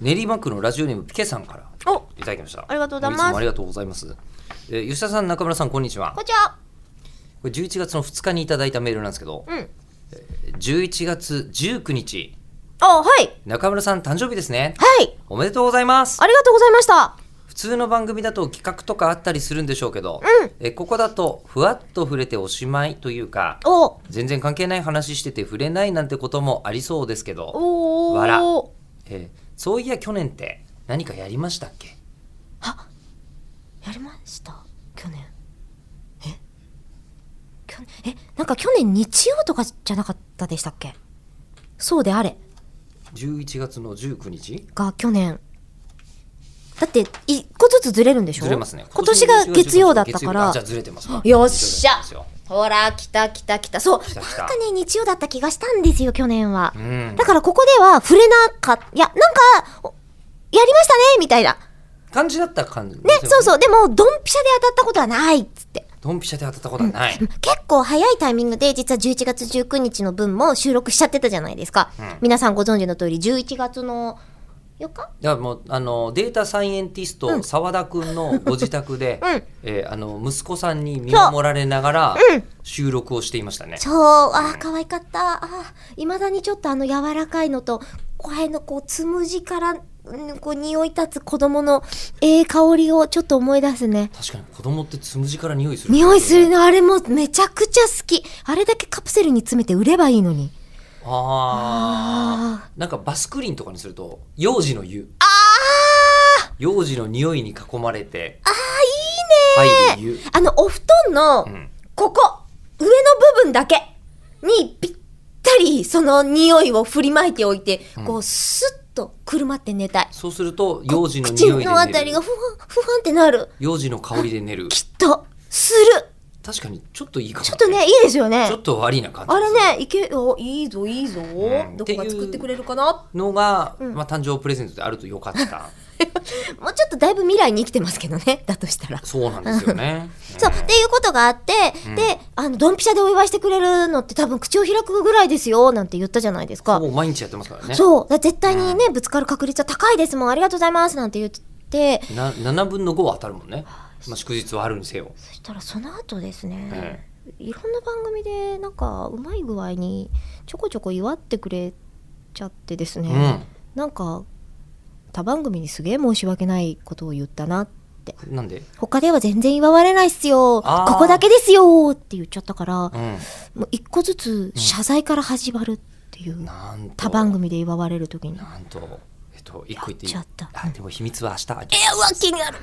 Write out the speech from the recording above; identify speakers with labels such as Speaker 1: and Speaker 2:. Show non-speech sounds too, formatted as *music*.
Speaker 1: 練馬区のラジオネームピケさんから
Speaker 2: お
Speaker 1: いただきました
Speaker 2: ありがとうございます
Speaker 1: つもありがとうございます、えー吉田さん中村さんこんにちは
Speaker 2: こんにちは
Speaker 1: これ11月の2日にいただいたメールなんですけど
Speaker 2: うん
Speaker 1: 11月19日
Speaker 2: あはい
Speaker 1: 中村さん誕生日ですね
Speaker 2: はい
Speaker 1: おめでとうございます
Speaker 2: ありがとうございました
Speaker 1: 普通の番組だと企画とかあったりするんでしょうけど、
Speaker 2: うん
Speaker 1: えここだとふわっと触れておしまいというか
Speaker 2: お
Speaker 1: 全然関係ない話してて触れないなんてこともありそうですけど、
Speaker 2: お
Speaker 1: わら
Speaker 2: ー
Speaker 1: えーそういや去年って何かやりましたっけ
Speaker 2: やりました去年え去年えなんか去年日曜とかじゃなかったでしたっけそうであれ
Speaker 1: 11月の19日
Speaker 2: が去年だって一個ずつずれるんでしょ
Speaker 1: ずれますね
Speaker 2: 今年が月曜だったか
Speaker 1: あ
Speaker 2: ら
Speaker 1: じゃあずれてます
Speaker 2: よっしゃ
Speaker 1: ずれてますよ
Speaker 2: ほら来た来た来たそう
Speaker 1: 来た来た
Speaker 2: なんかね日曜だった気がしたんですよ去年は、
Speaker 1: うん
Speaker 2: だからここでは触れなかったいやなんかおやりましたねみたいな
Speaker 1: 感じだった感じね
Speaker 2: ねそうそうでもドンピシャで当たったことはないっつって
Speaker 1: ドンピシャで当たったことはない、
Speaker 2: 結構早いタイミングで実は11月19日の分も収録しちゃってたじゃないですか、
Speaker 1: ん
Speaker 2: 皆さんご存知の通り11月の4日
Speaker 1: だからもうあのデータサイエンティスト澤田君のご自宅で、
Speaker 2: うん
Speaker 1: えーあの息子さんに見守られながら
Speaker 2: そううん
Speaker 1: 収録をしていましたね。
Speaker 2: 超あー可愛かったあいまだにちょっとあの柔らかいのとこへのこうつむじからうんこう匂い立つ子供のええ香りをちょっと思い出すね
Speaker 1: 確かに子供ってつむじから匂いする、
Speaker 2: 匂いする。のあれもめちゃくちゃ好きあれだけカプセルに詰めて売ればいいのに
Speaker 1: あ
Speaker 2: あ
Speaker 1: あ。なんかバスクリンとかにすると幼児の湯。幼児の匂いに囲まれて。ああいいね。入る
Speaker 2: あのお布団の、
Speaker 1: 湯。うん。
Speaker 2: ここ上の部分だけにぴったりその匂いを振りまいておいて、こうスッとくるまって寝たい
Speaker 1: そうすると幼児の
Speaker 2: 口
Speaker 1: 匂い
Speaker 2: のあた
Speaker 1: で
Speaker 2: り
Speaker 1: 寝
Speaker 2: が
Speaker 1: る。
Speaker 2: ふわんふわんってなる
Speaker 1: 幼児の香りで寝る。
Speaker 2: きっとする
Speaker 1: 確かにちょっといいかも。
Speaker 2: ちょっと。ねいいですよね
Speaker 1: ちょっと悪いな感じ。
Speaker 2: あれ。ねいけおいいぞいいぞ、
Speaker 1: ん
Speaker 2: どこが作ってくれるかな
Speaker 1: のが、まあ誕生日プレゼントであるとよかった。
Speaker 2: *laughs* もうちょっとだいぶ未来に生きてますけどねだとしたら。
Speaker 1: そうなんですよね。
Speaker 2: *laughs* そう、
Speaker 1: ん
Speaker 2: っていうことがあって、で、あの、ドンピシャでお祝いしてくれるのって多分口を開くぐらいですよ、なんて言ったじゃないですか。
Speaker 1: もう毎日やってますからね。
Speaker 2: そう。だから絶対にね、ぶつかる確率は高いですもん。ありがとうございます。なんて言って、
Speaker 1: な7分の5は当たるもんね、まあ、祝日はあるにせよ
Speaker 2: そしたらその後ですね、いろんな番組で、なんか、うまい具合に、ちょこちょこ祝ってくれちゃってですね、なんか、他番組にすげえ申し訳ないことを言ったなって。
Speaker 1: うんなんで
Speaker 2: 他では全然祝われないっすよ。
Speaker 1: あー
Speaker 2: ここだけですよって言っちゃったから、
Speaker 1: うん
Speaker 2: もう一個ずつ謝罪から始まるっていう、
Speaker 1: なんと
Speaker 2: 他番組で祝われるときに。
Speaker 1: なんとえっと一個言っていい
Speaker 2: やっちゃった
Speaker 1: あでも秘密は明日明け
Speaker 2: え、うわ、気になる。